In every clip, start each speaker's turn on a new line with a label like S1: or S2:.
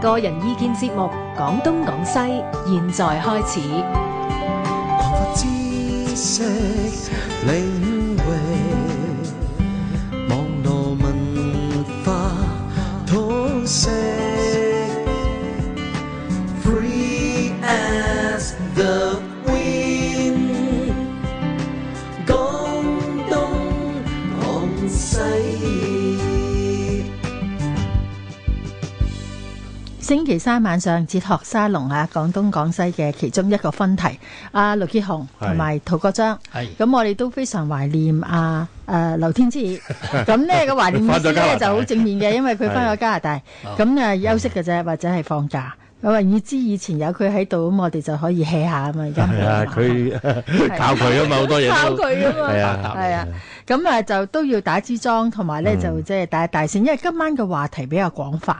S1: 個人意見節目《廣東廣西》，現在開始。
S2: 擴闊知識領域，網絡文化通識，free as the wind。廣東廣西。
S3: 星期三晚上哲學沙龍啊，廣東廣西嘅其中一個分題，阿盧傑雄同埋陶國璋，
S4: 係
S3: 咁我哋都非常懷念阿誒劉天 賜，咁呢個懷念意思
S4: 返咗加拿
S3: 咧就
S4: 大哦
S3: 好正面嘅，因為佢翻咗加拿大，咁啊休息嘅啫，
S4: 嗯
S3: 或者係放假。咁啊，以知以前有佢喺度，咁我哋就可以 hea 下啊嘛，而家冇
S4: 係
S3: 啊
S4: 啊，
S3: 嘛
S4: 佢靠佢啊嘛，好多嘢
S3: 靠
S4: 都
S3: 佢啊嘛，
S4: 係啊
S3: 係啊，咁啊就都要打支裝，同埋咧
S4: 嗯
S3: 就即係打大線，因為今晚嘅話題比較廣泛，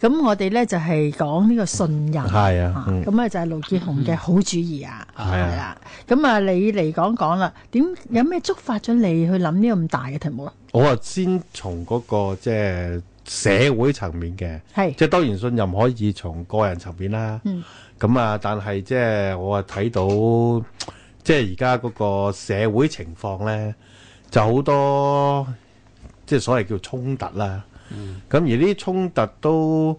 S3: 咁我哋咧就係講呢個信任，
S4: 係啊嗯
S3: 咁啊就係盧傑雄嘅好主意啊，
S4: 係啊
S3: 係啦，咁啊你嚟講講啦，點有咩觸發咗你去諗呢個咁大嘅題目啊？
S4: 我啊先從嗰、個即係社會層面嘅，
S3: 係
S4: 即係當然信任可以從個人層面啦。
S3: 嗯
S4: 咁啊、但係即係我啊睇到，即係而家嗰個社會情況咧，就好多即係所謂叫衝突啦。咁、而呢啲衝突都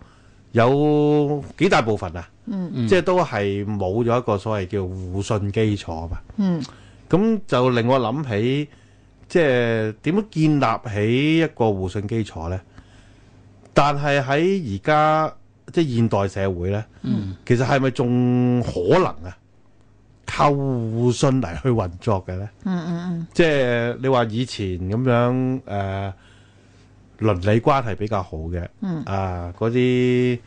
S4: 有幾大部分啊，
S3: 嗯
S4: 即係都係冇咗一個所謂叫互信基礎嘛。
S3: 嗯
S4: 咁就令我諗起，即係點樣建立起一個互信基礎呢？但係喺而家即係現代社會呢，
S3: 嗯
S4: 其實係咪仲可能啊？靠互信嚟去運作嘅呢？
S3: 嗯嗯
S4: 即係你話以前咁樣誒、呃、倫理關係比較好嘅，
S3: 嗯
S4: 啊嗰啲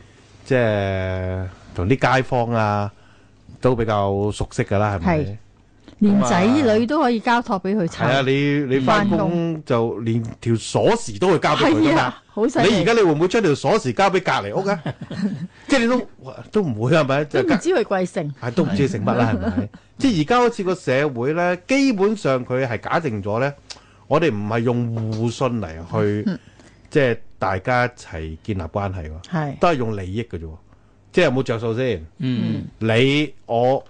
S4: 即係同啲街坊啊都比較熟悉㗎啦，係咪
S3: 係？嗯，連仔女都可以交託俾佢
S4: 啊係啊，
S3: 湊，
S4: 你你
S3: 返
S4: 翻
S3: 工
S4: 工就連條鎖匙都會交俾佢㗎嘛。
S3: 啊，好犀
S4: 你而
S3: 利
S4: 家，你會唔會將條鎖匙交俾隔離屋 啊？即係你都都唔會係咪？
S3: 都
S4: 就
S3: 唔
S4: 隔
S3: 知佢貴姓，
S4: 係都唔知食乜 啦，係咪？即係而家好似個社會咧，基本上佢係假定咗咧，我哋唔係用互信嚟去，
S3: 嗯
S4: 即係大家一齊建立關係喎，
S3: 係
S4: 都係用利益嘅啫喎。即係有冇着數先？
S3: 嗯
S4: 你我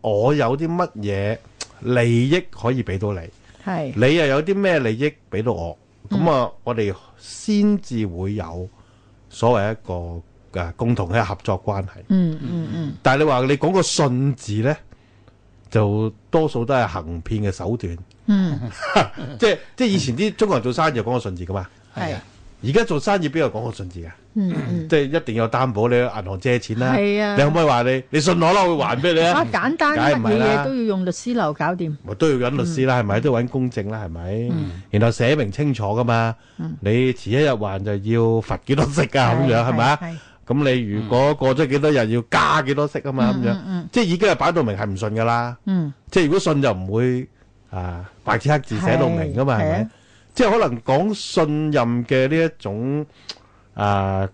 S4: 我有啲乜嘢利益可以俾到你？
S3: 係
S4: 你又有啲咩利益俾到我？
S3: 嗯
S4: 咁啊，我哋先至會有所謂一個誒共同嘅合作關係。
S3: 嗯嗯嗯
S4: 但係你話你講個信字咧，就多數都係行騙嘅手段，
S3: 嗯
S4: 即係即係以前啲中國人做生意就講個信字噶嘛。
S3: 係
S4: 啊而家做生意邊有講個信字㗎？
S3: 嗯嗯。
S4: 即係一定有擔保，你去銀行借錢啦。
S3: 係啊
S4: 你可唔可以話你你信我啦，我會還俾你
S3: 啊，
S4: 啊？
S3: 簡單
S4: 梗係
S3: 乜
S4: 唔
S3: 嘢
S4: 係啦
S3: 嘢都要用律師樓搞掂。
S4: 咪都要揾律師啦，係咪？都要揾公證啦，係咪？然後寫明清楚噶嘛，你遲一日還就要罰幾多息啊，咁樣係咪啊？
S3: 係
S4: 咁你如果過咗幾多日要加幾多息啊嘛，咁樣，即係已經係擺到明係唔信噶啦。
S3: 嗯，
S4: 即係如果信就唔會啊白紙黑字寫到明噶嘛，
S3: 係
S4: 係
S3: 係
S4: 咪
S3: 啊？
S4: 即係可能講信任嘅呢一種啊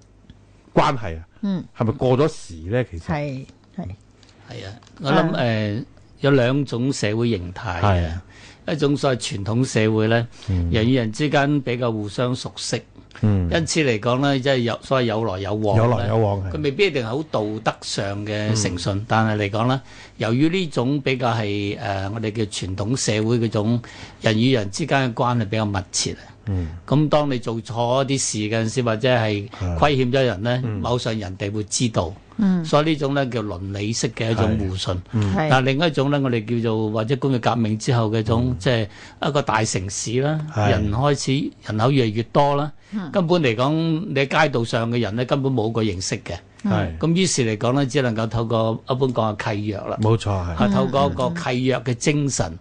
S4: 關係啊，
S3: 嗯，
S4: 係咪過咗時咧？其實
S3: 係係
S5: 係啊，我諗誒、呃有兩種社會形態
S4: 係啊
S5: 嘅，一種所謂傳統社會咧，人與人之間比較互相熟悉，
S4: 嗯
S5: 因此嚟講咧，即係有所謂有來有往
S4: 有
S5: 呢，
S4: 來有往係
S5: 佢未必一定係好道德上嘅誠信，但係嚟講咧，由於呢種比較係誒、呃我哋叫傳統社會嗰種人與人之間嘅關係比較密切啊。咁當你做錯一啲事嘅陣時，或者係嗯虧欠咗人咧，某上人哋會知道。所以呢種咧叫倫理式嘅一種互信。但係
S3: 係
S5: 另一種咧，我哋叫做或者工業革命之後嘅一種，即係一個大城市啦，
S4: 嗯係嗯
S5: 人開始人口越嚟越多啦。根本嚟講，你喺街道上嘅人咧，根本冇個認識嘅。
S4: 係
S5: 咁於是嚟講咧，只能夠透過一般講嘅契約啦，
S4: 冇錯係。
S5: 係透過一個契約嘅精神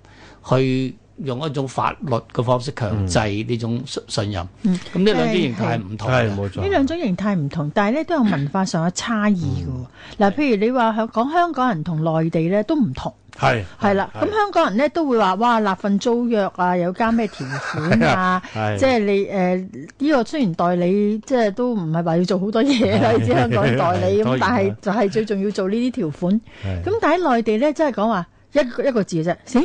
S5: 去。用一種法律嘅方式強制呢種信信任，咁呢兩種形嗯態係唔
S4: 嗯
S5: 同
S4: 係
S5: 嘅。
S4: 冇錯，
S3: 呢兩種形態唔同，但係咧都有文化上嘅差異嘅喎。嗱，譬如你話香講香港人同內地咧都唔同。
S4: 係
S3: 係啦，咁香港人咧都會話：哇，立份租約啊，有加咩條款啊
S4: 係啊係？
S3: 即係你誒呢個雖然代理即係都唔係話要做好多嘢啦，你知香港代理咁，
S4: 當然
S3: 但係
S4: 啦
S3: 就係最重要做呢啲條款。
S4: 係
S3: 咁但喺內地咧，真係講話一個一個字嘅啫，閃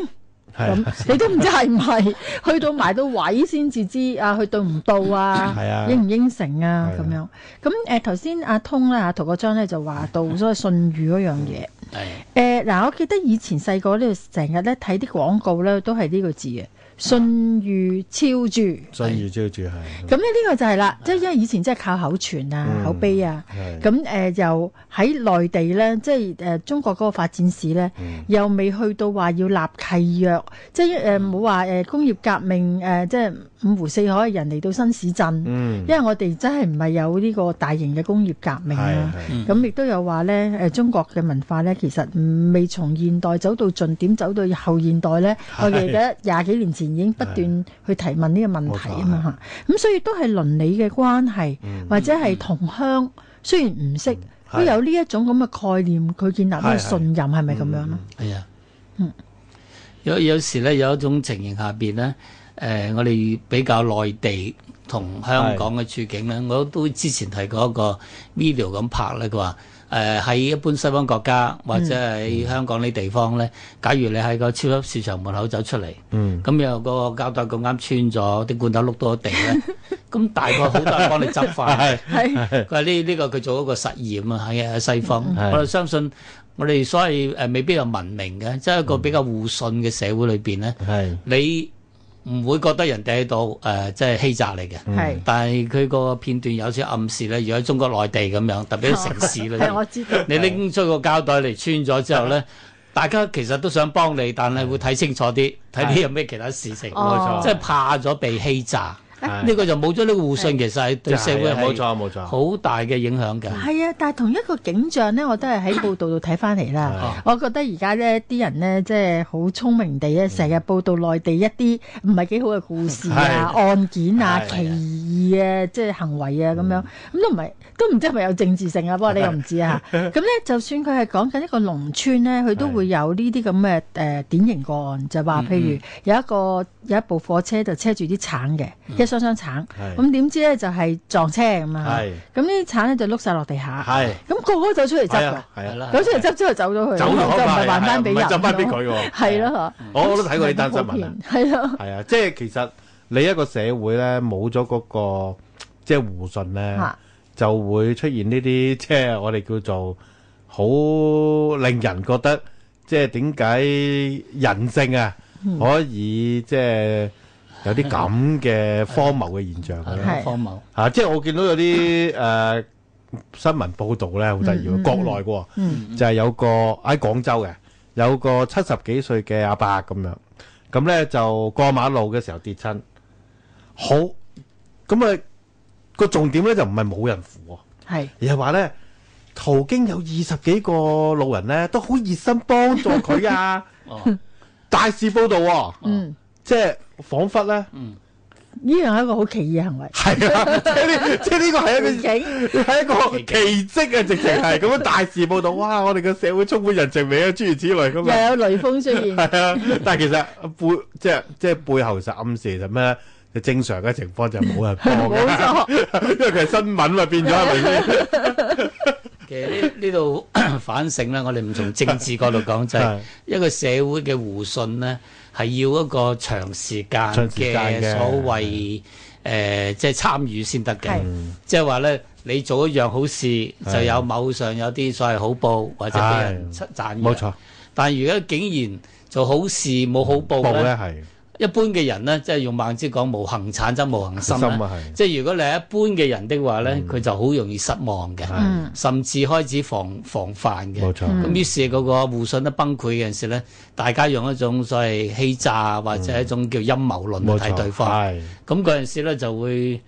S4: 係啊
S3: 咁你都唔知係唔 係，去到埋到位先至知啊，去到唔到啊
S4: 係啊，
S3: 應唔應承啊
S4: 係啊
S3: 咁樣。咁誒頭先阿通咧，阿陶國章咧就話 到所謂信譽嗰樣嘢。
S5: 係
S3: 誒嗱、我記得以前細個呢，成日咧睇啲廣告咧，都係呢個字嘅，信譽超住。
S4: 信譽招住係
S3: 咁咧呢個就係啦，即係因為以前真係靠口傳啊、
S4: 嗯
S3: 口碑啊，
S4: 係
S3: 咁誒、呃又喺內地咧，即係誒、呃中國嗰個發展史咧，
S4: Ừ.
S3: 又未去到話要立契約，即係
S4: 嗯
S3: 誒冇話誒工業革命誒、呃即係五湖四海嘅人嚟到新市鎮，
S4: 嗯
S3: 因為我哋真係唔係有呢個大型嘅工業革命啊。
S4: 嗯
S3: 咁亦都有話咧，誒中國嘅文化咧，其實嗯未從現代走到盡點，走到後現代咧，我哋而 家廿幾年前已經不斷去提問呢個問題啊嘛嚇，咁所以都係倫理嘅關係，
S4: 嗯
S3: 或者係同鄉，雖然唔識，都有呢一種咁嘅概念，佢建立呢個
S4: 係係
S3: 信任係咪咁樣咧？
S5: 係啊，有有時咧有一種情形下邊咧，誒、我哋比較內地同香港嘅處境咧，我都之前提過一個 video 咁拍咧，佢話誒喺一般西方國家或者喺香港呢地方咧，假如你喺個超級市場門口走出嚟，咁、有個膠袋咁啱穿咗，啲罐頭碌到地咧，咁大概好多人幫你執翻。
S3: 係嗯
S5: 佢話呢呢個佢做一個實驗啊，喺喺西方，
S4: 係
S5: 我哋相信我哋所謂誒未必有文明嘅，即係一個比較互信嘅社會裏邊咧，
S4: 係
S5: 你唔會覺得人哋喺度誒即係欺詐你嘅。
S3: 係
S5: 但係佢個片段有少暗示咧，如果喺中國內地咁樣，特別喺城市裏
S3: 係 我
S5: 邊，
S3: 知道，
S5: 你拎出個膠袋嚟穿咗之後 咧，大家其實都想幫你，但係會睇清楚啲，睇啲有咩其他事情，
S3: 哦
S5: 即係怕咗被欺詐。
S4: 係
S5: 呢個就冇咗呢個互信，其實係對社會係
S4: 冇錯冇錯，
S5: 好大嘅影響㗎。
S3: 係啊，但係同一個景象咧，我都係喺報道度睇翻嚟啦。我覺得而家咧啲人咧，即係好聰明地
S4: 嗯
S3: 咧，成日報道內地一啲唔係幾好嘅故事啊、
S4: 係
S3: 案件啊、
S4: 係嗯
S3: 奇異嘅即係行為啊咁樣，咁都唔係都唔知係咪有政治性啊？不過 你又唔知啊。咁咧，就算佢係講緊一個農村咧，佢都會有呢啲咁嘅誒典型個案，就
S4: 嗯
S3: 話譬如有一個有一部貨車就車住啲橙嘅，一箱箱橙，
S4: 嗯係
S3: 咁點知咧就係撞車咁啊
S4: 係。
S3: 咁呢啲橙咧就碌晒落地下，
S4: 係
S3: 咁個個走出嚟
S4: 係
S3: 執㗎
S4: 啊，係啦，
S3: 走出嚟執之後走咗去，
S4: 走咗
S3: 就唔係
S4: 係
S3: 還翻俾人，
S4: 唔係執翻俾佢喎
S3: 係咯，
S4: 我我都睇過呢單新聞啊。
S3: 係咯，
S4: 係啊，即係其實你一個社會咧冇咗嗰個即係互信咧，
S3: 嚇
S4: 就會出現呢啲即係我哋叫做好令人覺得即係點解人性啊可以即係有啲咁嘅荒謬嘅現象嘅咧
S3: 係
S5: 係荒謬。
S4: 嚇！啊即係我見到有啲誒新聞報導咧，好得意喎，國內嘅喎。
S3: 嗯，
S4: 就係有個喺廣州嘅，有個七十幾歲嘅阿伯咁樣，咁咧就過馬路嘅時候跌親，好咁啊個重點咧就唔係冇人扶喎，
S3: 係
S4: 而係話咧途經有二十幾個路人咧都好熱心幫助 佢啊，
S5: 哦，
S4: 大事報導喎、
S3: 嗯，
S4: 即係彷彿咧
S3: 呢樣係一個好奇異嘅行為，
S4: 係啊， 即係呢即係呢個係一個。
S3: 景
S4: 係一個奇蹟啊！直情係咁樣大事報導，哇！我哋嘅社會充滿人情味啊，諸如此類咁樣。
S3: 又有雷鋒出現，
S4: 係啊，但係其實背即係即係背後實暗示就咩咧？就正常嘅情況就冇人幫
S3: 冇
S4: 嘅，
S3: 錯，
S4: 因為佢係新聞嘛，變咗係咪先？
S5: 其實 呢呢度 反省咧，我哋唔從政治角度 講，就係
S4: 係
S5: 一個社會嘅互信咧，係要一個長時間
S4: 長時間
S5: 嘅
S4: 嘅
S5: 所謂誒，即係參與先得嘅
S3: 係。
S5: 即係話咧，你做一樣好事，
S4: 係
S5: 就有某上有啲所謂好報或者俾人
S4: 係
S5: 讚 揚
S4: 冇錯，
S5: 但係如果竟然做好事冇好報
S4: 報
S5: 咧
S4: 咧，係
S5: 一般嘅人咧，即係用孟子講無行產則無行心
S4: 心
S5: 啦
S4: 啊係嗯
S5: 即係如果你係一般嘅人的話咧，佢、就好容易失望嘅，
S4: 係
S5: 甚至開始防防範嘅。
S4: 冇錯
S5: 咁於是嗰個互信都崩潰嘅陣時咧，大家用一種所謂欺詐或者一種叫陰謀論
S4: 冇
S5: 去
S4: 錯
S5: 睇對方。
S4: 係
S5: 咁嗰陣時咧就會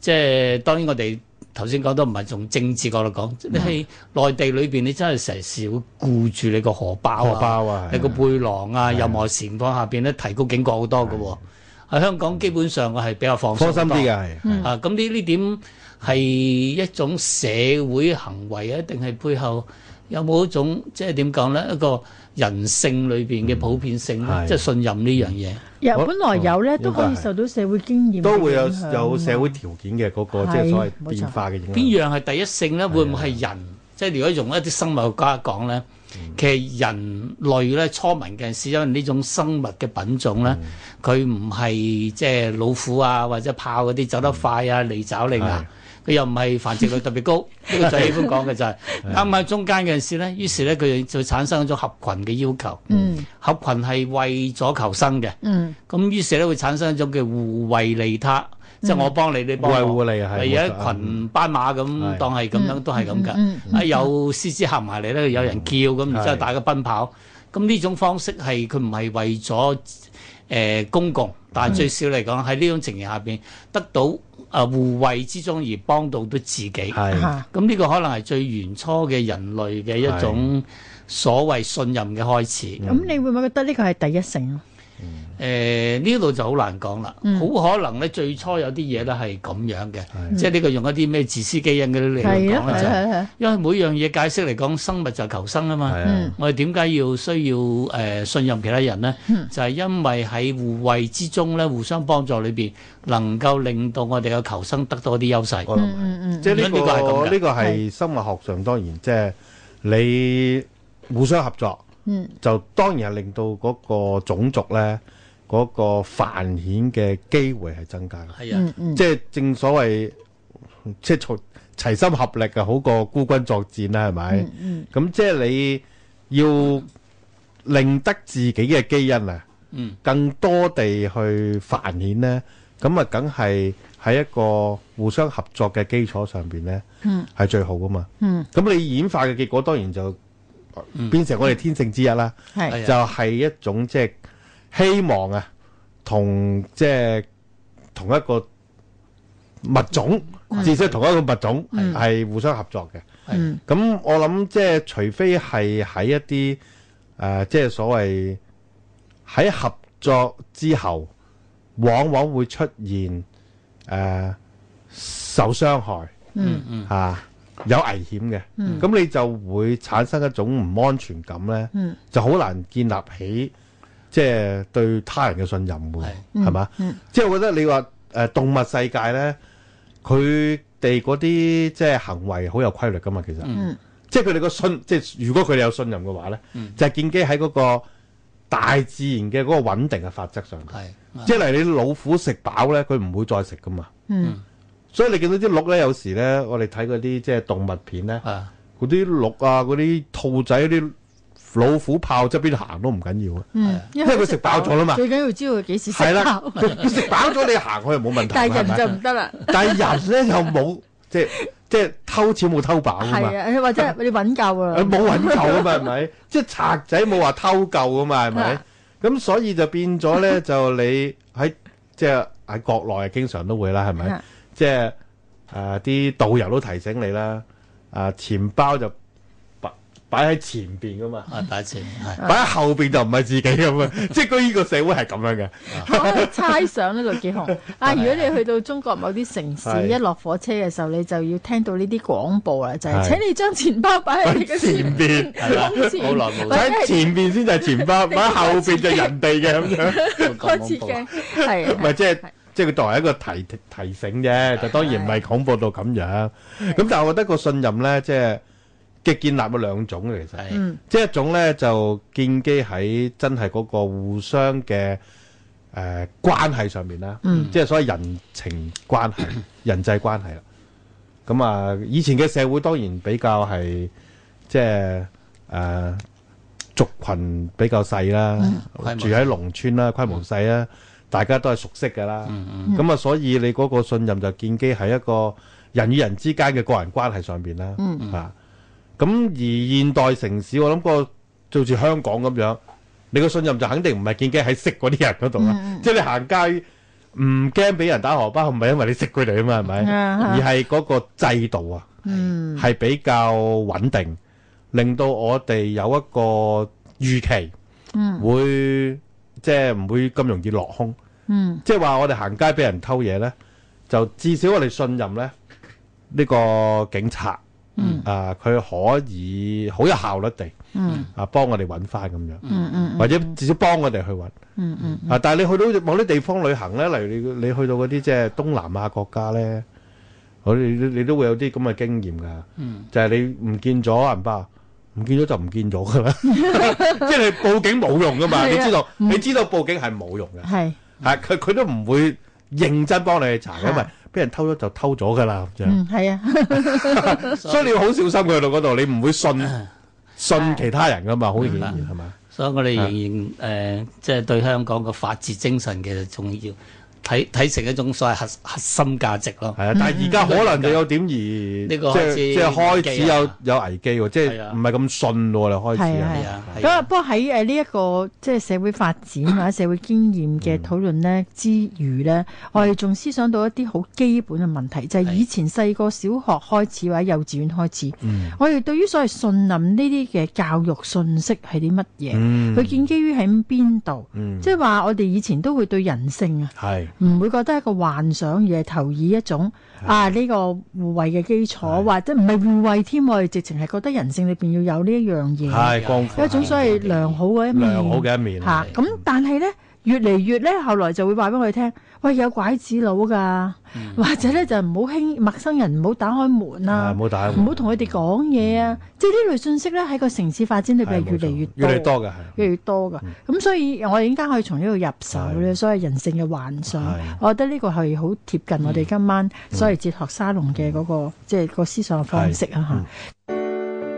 S5: 即係當然我哋頭先講都唔係從政治角度講，
S4: 嗯
S5: 你喺內地裏邊你真係成時會顧住你個荷包啊，
S4: 荷包啊係
S5: 你個背囊啊，
S4: 係啊
S5: 任何情況下邊咧提高警覺好多嘅喎。喺香港基本上我係比較放
S4: 放
S5: 鬆
S4: 心啲嗯嘅
S5: 嘅。
S4: 係
S5: 啊，咁呢呢點係一種社會行為啊，定係背後有冇一種即係點講咧？一個人性裏邊嘅普遍性咧，
S4: 嗯係
S5: 即係信任呢樣嘢。
S3: 又
S4: 我
S3: 本來有咧
S4: 應該
S3: 都可以
S4: 係
S3: 受到社會經驗，
S4: 都會有有社會條件嘅嗰個即係所
S3: 嗯係冇錯
S5: 啊
S4: 謂變化嘅影響。
S5: 邊樣係第一性咧？會唔會係人即係如果用一啲生物學家講咧，其實人類咧初民嘅時，因為呢種生物嘅品種咧，佢唔係即係老虎啊或者豹嗰啲走得快啊，利爪利牙。佢又唔係繁殖率特別 高，呢個最喜歡講嘅就係啱啱中間嘅陣時咧，於是咧佢就產生咗合群嘅要求。
S3: 嗯
S5: 合群係為咗求生嘅，
S3: 嗯
S5: 咁於是咧會產生一種叫互惠利他，即係我幫你，你幫
S4: 嗯互惠
S5: 我。
S4: 互利啊係
S5: 係有一
S4: 冇錯
S5: 群斑馬
S4: 係
S5: 咁當係咁樣都係咁㗎。
S3: 嗯
S5: 啊有獅子行埋嚟咧，有人叫咁，然之
S4: 係
S5: 後大家奔跑。咁呢種方式係佢唔係為咗誒、呃公共，
S4: 嗯
S5: 但係最少嚟講喺呢種情形下邊得到誒、呃互惠之中而幫到到自己。
S4: 係
S3: 嚇
S5: 咁呢個可能係最原初嘅人類嘅一種所謂信任嘅開始。
S3: 咁你會唔會覺得呢個係第一性啊？
S5: 誒呃呢度就好難講啦，好、
S3: 嗯
S5: 可能咧最初有啲嘢咧係咁樣嘅，即係呢個用一啲咩自私基因嗰啲嚟
S3: 係啊
S5: 講咧
S3: 係
S5: 就
S3: 啊
S5: 係，
S3: 係啊，
S5: 因為每樣嘢解釋嚟講，生物就係求生啊嘛。
S4: 係
S3: 嗯
S4: 啊，
S5: 我哋點解要需要誒、呃信任其他人呢？
S3: 嗯
S5: 就係因為喺互惠之中咧，互相幫助裏邊，能夠令到我哋嘅求生得到一啲優勢。
S4: 我諗係
S3: 嗯嗯
S4: 即係呢
S5: 咁呢個係咁
S4: 個
S5: 嘅
S4: 呢個係生物學上當然，即係你互相合作，
S3: 嗯
S4: 就當然係令到嗰個種族咧嗰個繁衍嘅機會係增加嘅。
S5: 係啊，
S3: 嗯嗯
S4: 即係正所謂，即係齊齊心合力啊，好過孤軍作戰啦，係咪？
S3: 嗯
S4: 咁、即係你要令得自己嘅基因啊，
S5: 嗯
S4: 更多地去繁衍咧，咁啊，梗係喺一個互相合作嘅基礎上邊咧，係、最好噶嘛。
S3: 嗯
S4: 咁你演化嘅結果當然就變成我哋天性之一啦。
S3: 係
S5: 係啊
S4: 就係一種即係希望啊，同即係同一個物種，至少同一個物種係互相合作嘅。
S3: 嗯
S4: 咁我諗即係除非係喺一啲誒、呃即係所謂喺合作之後，往往會出現誒、呃受傷害，
S5: 嗯嗯，
S4: 啊有危險嘅，咁、你就會產生一種唔安全感咧，
S3: 嗯
S4: 就好難建立起即係對他人嘅信任喎，係嘛？
S3: 嗯
S4: 即係我覺得你話誒、呃、動物世界咧，佢哋嗰啲即係行為好有規律噶嘛，其實，
S3: 嗯
S4: 即係佢哋個信，即係如果佢哋有信任嘅話咧，就係建基喺嗰個大自然嘅嗰個穩定嘅法則上面。
S5: 係啊
S4: 即係例如你老虎食飽咧，佢唔會再食噶嘛。
S3: 嗯
S4: 所以你見到啲鹿咧，有時咧，我哋睇嗰啲即係動物片咧，
S5: 啊
S4: 嗰啲鹿啊，嗰啲兔仔、嗰啲老虎、豹側邊行都唔緊要啊。
S3: 嗯，因
S4: 為佢食飽咗啦嘛
S3: 最緊要知道佢幾時食
S4: 係啦
S3: 飽，，
S4: 佢食飽咗你行佢又冇問題
S3: 但
S4: 㗎，
S3: 係人
S4: 係
S3: 就
S4: 咪？
S3: 唔得啦。
S4: 但係人咧又冇即係即係偷錢冇偷飽啊嘛
S3: 係，啊，或者係你揾夠
S4: 誒
S3: 啊，
S4: 冇揾夠啊嘛，係咪？即係賊仔冇話偷夠啊嘛，係咪
S3: 啊？
S4: 咁所以就變 咗咧，就你喺即係喺國內經常都會啦，係咪
S3: 啊？
S4: 即係誒啲導遊都提醒你啦，啊、錢包就擺擺喺前邊噶嘛。
S5: 啊，大前 係
S4: 擺喺後邊就唔係自己咁啊！即係佢呢個社會係咁樣嘅，
S3: 我係猜想呢度幾紅啊！如果你去到中國某啲城
S4: 係
S3: 市，一落火車嘅時候，你就要聽到呢啲廣播啦，就係
S4: 係
S3: 請你將錢包擺喺你嘅
S4: 前
S3: 前
S4: 邊
S5: 係啦，好
S3: 胸
S5: 耐
S4: 擺
S5: 冇
S4: 喺前邊先就係 錢包，擺喺後邊就人哋嘅咁樣。
S5: 咁
S3: 開
S5: 恐
S3: 始
S5: 怖
S3: 嘅，係
S4: 唔係即係即係佢作為一個提提醒啫，就當然唔係恐怖到咁樣。咁但係我覺得個信任咧，即係嘅建立有兩種嘅其實，
S5: 係
S4: 即係一種咧就建基喺真係嗰個互相嘅誒、呃、關係上面啦，即係所謂人情關係、人際關係啦。咁啊，以前嘅社會當然比較係即係誒、呃族群比較細啦，
S5: 規模
S4: 住喺農村啦，規模細啦，大家都係熟悉㗎啦。咁啊，所以你嗰個信任就建基喺一個人與人之間嘅個人關係上邊啦。啊，咁而現代城市，我諗個就好似香港咁樣，你個信任就肯定唔係建基喺識嗰啲人嗰度啦。即係你行街唔驚俾人打荷包，唔係因為你識佢哋啊嘛，係咪？
S3: 啊啊
S4: 而係嗰個制度啊，
S3: 嗯
S4: 係比較穩定，令到我哋有一個預期，會即係唔會咁容易落空。
S3: 嗯
S4: 即係話我哋行街俾人偷嘢咧，就至少我哋信任咧呢、個警察，
S3: 嗯
S4: 啊佢可以好有效率地
S3: 嗯
S4: 啊幫我哋揾翻咁樣，
S3: 嗯嗯
S4: 或者至少幫我哋去揾。
S3: 嗯嗯
S4: 啊！但係你去到某啲地方旅行咧，例如你你去到嗰啲即係東南亞國家咧，我哋都你都會有啲咁嘅經驗㗎，就係你唔見咗銀包，唔見咗就唔見咗㗎 啦， 即係你報警冇用㗎嘛，
S3: 係啊
S4: 你知道你知道報警係冇用嘅，
S3: 係
S4: 係佢佢都唔會認真幫你去查
S3: 啊
S4: 嘅，因為俾人偷咗就偷咗㗎啦咁樣，
S3: 嗯係啊，
S4: 所以你要好小心佢到嗰度，你唔會信
S3: 啊
S4: 信其他人㗎嘛，好
S3: 嗯
S4: 顯
S5: 明白
S4: 然係嘛？
S5: 所以我哋仍然誒，呃即係對香港嘅法治精神其實重要，睇睇成一種所謂核核心價值咯
S4: 係。啊，但係而家
S3: 嗯
S4: 可能就有點而即
S5: 呢個
S4: 係
S5: 開始
S4: 即係開始有
S5: 危機啊
S4: 有危機喎，即
S5: 係
S4: 係
S5: 啊
S4: 唔係咁信喎，你開始
S3: 係啊
S5: 係啊，係
S3: 咁啊，
S5: 啊
S3: 不過喺誒呢一個即係社會發展或者社會經驗嘅討論呢之餘呢，我哋仲思想到一啲好基本嘅問題，就係
S5: 係
S3: 以前細個小學開始或者幼稚園開始，
S4: 嗯
S3: 我哋對於所謂信任呢啲嘅教育信息係啲乜嘢？
S4: 嗯
S3: 佢建基於喺邊度？
S4: 嗯
S3: 即係話我哋以前都會對人性啊，
S4: 係。
S3: 唔會覺得係一個幻想，而係投以一種啊呢、個互惠嘅基礎，
S4: 係
S3: 或者唔係互惠添，我哋直情係覺得人性裏邊要有呢一樣嘢。
S4: 係光
S3: 有一
S4: 復
S3: 種所謂良好嘅一面，
S4: 良好嘅一面啊
S3: 嚇
S4: 係
S3: 咁、但係咧，越嚟越咧，後來就會話俾我哋聽，喂有拐子佬㗎，
S4: 嗯
S3: 或者咧就唔好輕陌生人唔好打開門
S4: 啊
S3: 啊
S4: 唔，好打
S3: 唔好同佢哋講嘢啊，即係呢類信息咧喺個城市發展裏邊係越嚟越
S4: 越嚟越
S3: 多。
S4: 多嘅係。
S3: 越嚟越多㗎，咁、所以我哋應該可以從呢度入手咧，
S4: 係
S3: 所謂人性嘅幻想
S4: 係，嗯
S3: 我覺得呢個係好貼近我哋今晚所謂哲學沙龍嘅嗰、個即係、個思想嘅方式啊嚇。
S4: 嗯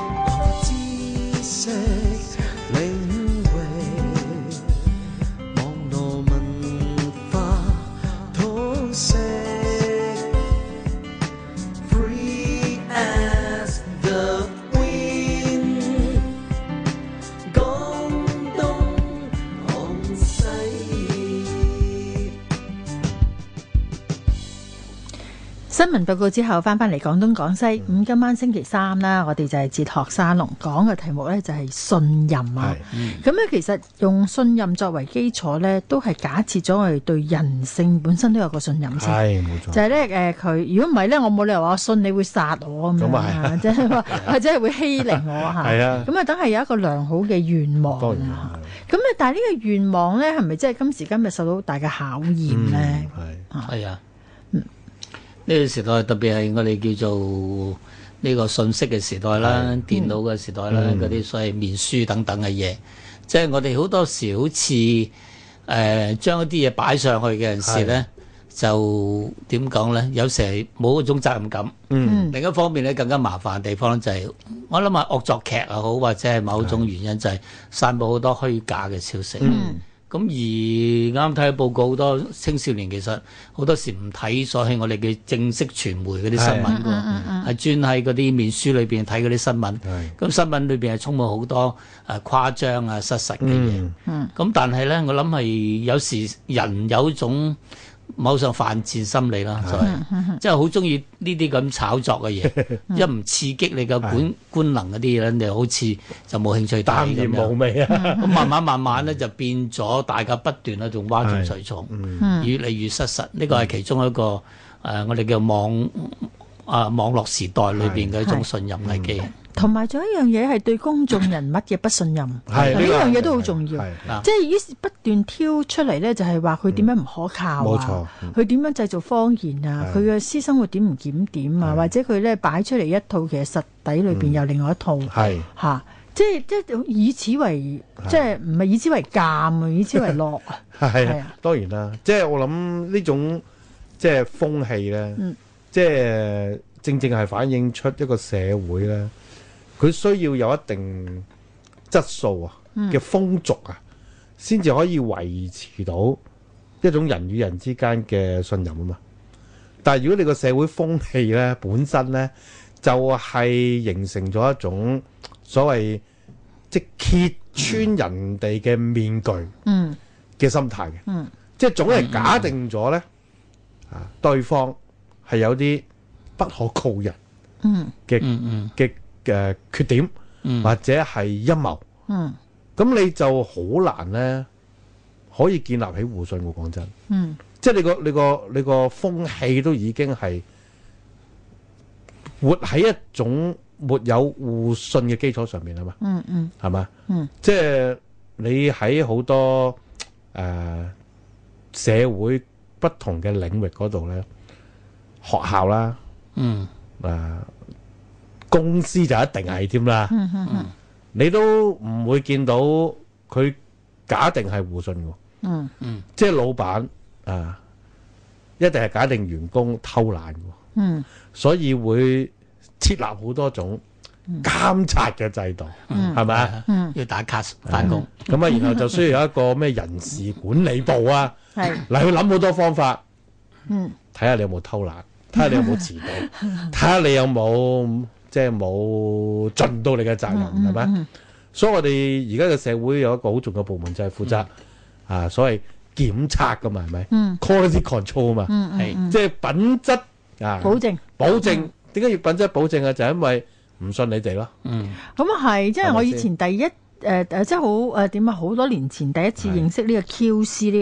S2: 知識領域，網絡文化通識，free as the wind，廣東廣西。
S3: 新聞報告之後，翻返嚟廣東廣西。咁、
S4: 嗯
S3: 今晚星期三啦，我哋就係哲學沙龍，講嘅題目呢就係信任啊
S4: 係。
S3: 咁咧，其實用信任作為基礎呢，都係假設咗我哋對人性本身都有個信任先。
S4: 係冇錯
S3: 就。係咧誒，佢如果唔係咧，我冇理由話我信你會殺我咁樣
S4: 咁啊係
S3: 啊，即係 話或者係會欺凌我嚇。
S4: 係啊
S3: 咁啊，等係有一個良好嘅願望
S4: 當然
S3: 啊
S4: 啦
S3: 咁啊，但係呢個願望呢，係咪即係今時今日受到好大嘅考驗
S4: 嗯
S3: 呢？
S4: 係
S5: 係啊，呢個時代特別係我哋叫做呢個信息嘅時代啦、電腦嘅時代啦、
S4: 嗯
S5: 嗰啲所謂面書等等嘅嘢，即係我哋好多時好似誒、呃、將一啲嘢擺上去嘅陣時咧，就點講咧？有時係冇嗰種責任感。
S4: 嗯
S5: 另一方面咧，更加麻煩嘅地方咧就係、我諗下惡作劇又好，或者係某種原因就係散佈好多虛假嘅消息。咁、
S4: 嗯
S5: 而啱睇報告，好多青少年其實好多時唔睇所謂我哋嘅正式傳媒嗰啲新聞㗎喎，係專喺嗰啲面書裏邊睇嗰啲新聞。
S4: 係
S5: 咁新聞裏邊係充滿好多誒、呃、誇張啊、失實嘅嘢。
S4: 嗯
S5: 咁但係咧，我諗係有時人有種某上犯賤心理啦，所謂即係好中意呢啲咁炒作嘅嘢，一唔刺激你嘅官官能嗰啲嘢咧，你好似就冇興趣睇
S4: 淡
S5: 咁
S4: 然無
S5: 樣。
S4: 味啊！
S5: 咁慢慢慢慢咧就變咗，大家不斷咧仲挖眾取寵，
S3: 嗯
S5: 越嚟越失實。呢個係其中一個誒、呃我哋嘅網啊、網絡時代裏邊嘅一種信任危機。
S3: 同埋仲有一樣嘢係對公眾人物嘅不信任，
S4: 係
S3: 嗱呢
S4: 個
S3: 樣嘢
S4: 係
S3: 都好重要
S4: 係。
S5: 啊
S3: 即係於是不斷挑出嚟咧，就係話佢點樣唔可靠
S4: 冇
S3: 啊
S4: 錯，嗯
S3: 佢點樣製造謊言啊，
S4: 係
S3: 佢嘅私生活點唔檢點啊，或者佢咧擺出嚟一套，其實實底裏
S4: 嗯
S3: 邊有另外一套嚇、
S4: 係
S3: 即係即係以此為即係唔係以此為鑑啊，以此為樂 啊，係
S4: 係
S3: 啊
S4: 啊，當然啦，即係我諗呢種即係風氣咧
S3: 嗯，
S4: 即係正正係反映出一個社會咧，佢需要有一定質素啊
S3: 嗯
S4: 嘅風俗啊，先至可以維持到一種人與人之間嘅信任啊嘛。但係如果你個社會風氣咧本身咧，就係、形成咗一種所謂即揭穿人哋嘅面具。
S3: 嗯
S4: 嘅心態嘅，
S3: 嗯
S4: 即係總係假定咗咧，啊對方係有啲不可告人
S3: 嗯
S4: 嘅
S5: 嗯嗯
S4: 嘅誒缺點，
S5: 嗯，
S4: 或者係陰謀，
S3: 嗯
S4: 咁你就好難咧可以建立起互信喎。講真，
S3: 嗯
S4: 即係你個你個你個風氣都已經係活喺一種沒有互信嘅基礎上面啊嘛，
S3: 嗯嗯
S4: 係嘛？
S3: 嗯，
S4: 即係你喺好多誒、呃社會不同嘅領域嗰度咧，學校啦，
S5: 嗯
S4: 誒、公司就一定係添啦，
S3: 嗯嗯嗯
S4: 你都唔會見到佢假定係互信喎。
S3: 嗯
S4: 即係老闆啊，一定係假定員工偷懶喎，
S3: 嗯
S4: 所以會設立好多種監察嘅制度，係咪啊？
S3: 嗯，
S5: 要打卡翻工，
S4: 咁啊，然後就需要有一個咩人事管理部啊，
S3: 係
S4: 嗱，去諗好多方法，
S3: 嗯
S4: 睇下你有冇偷懶，睇下你有冇 遲到，睇下你有冇即係冇盡到你嘅責
S3: 嗯
S4: 任，係咪？所以我哋而家嘅社會有一個好重要嘅部門就係負責啊，所謂檢測噶嘛，係咪
S3: 嗯
S4: ？quality control 嘛。
S3: 嗯嗯，
S5: 係
S4: 即係品質啊，
S3: 保證。
S4: 保證點解要品質保證啊？就係因為唔信你哋咯，
S5: 嗯
S3: 咁啊係，即
S4: 係
S3: 係
S4: 咪
S3: 我以前
S4: 先
S3: 第一誒誒、即係好誒點啊，好多年前第一次
S4: 係
S3: 認識呢個 QC 呢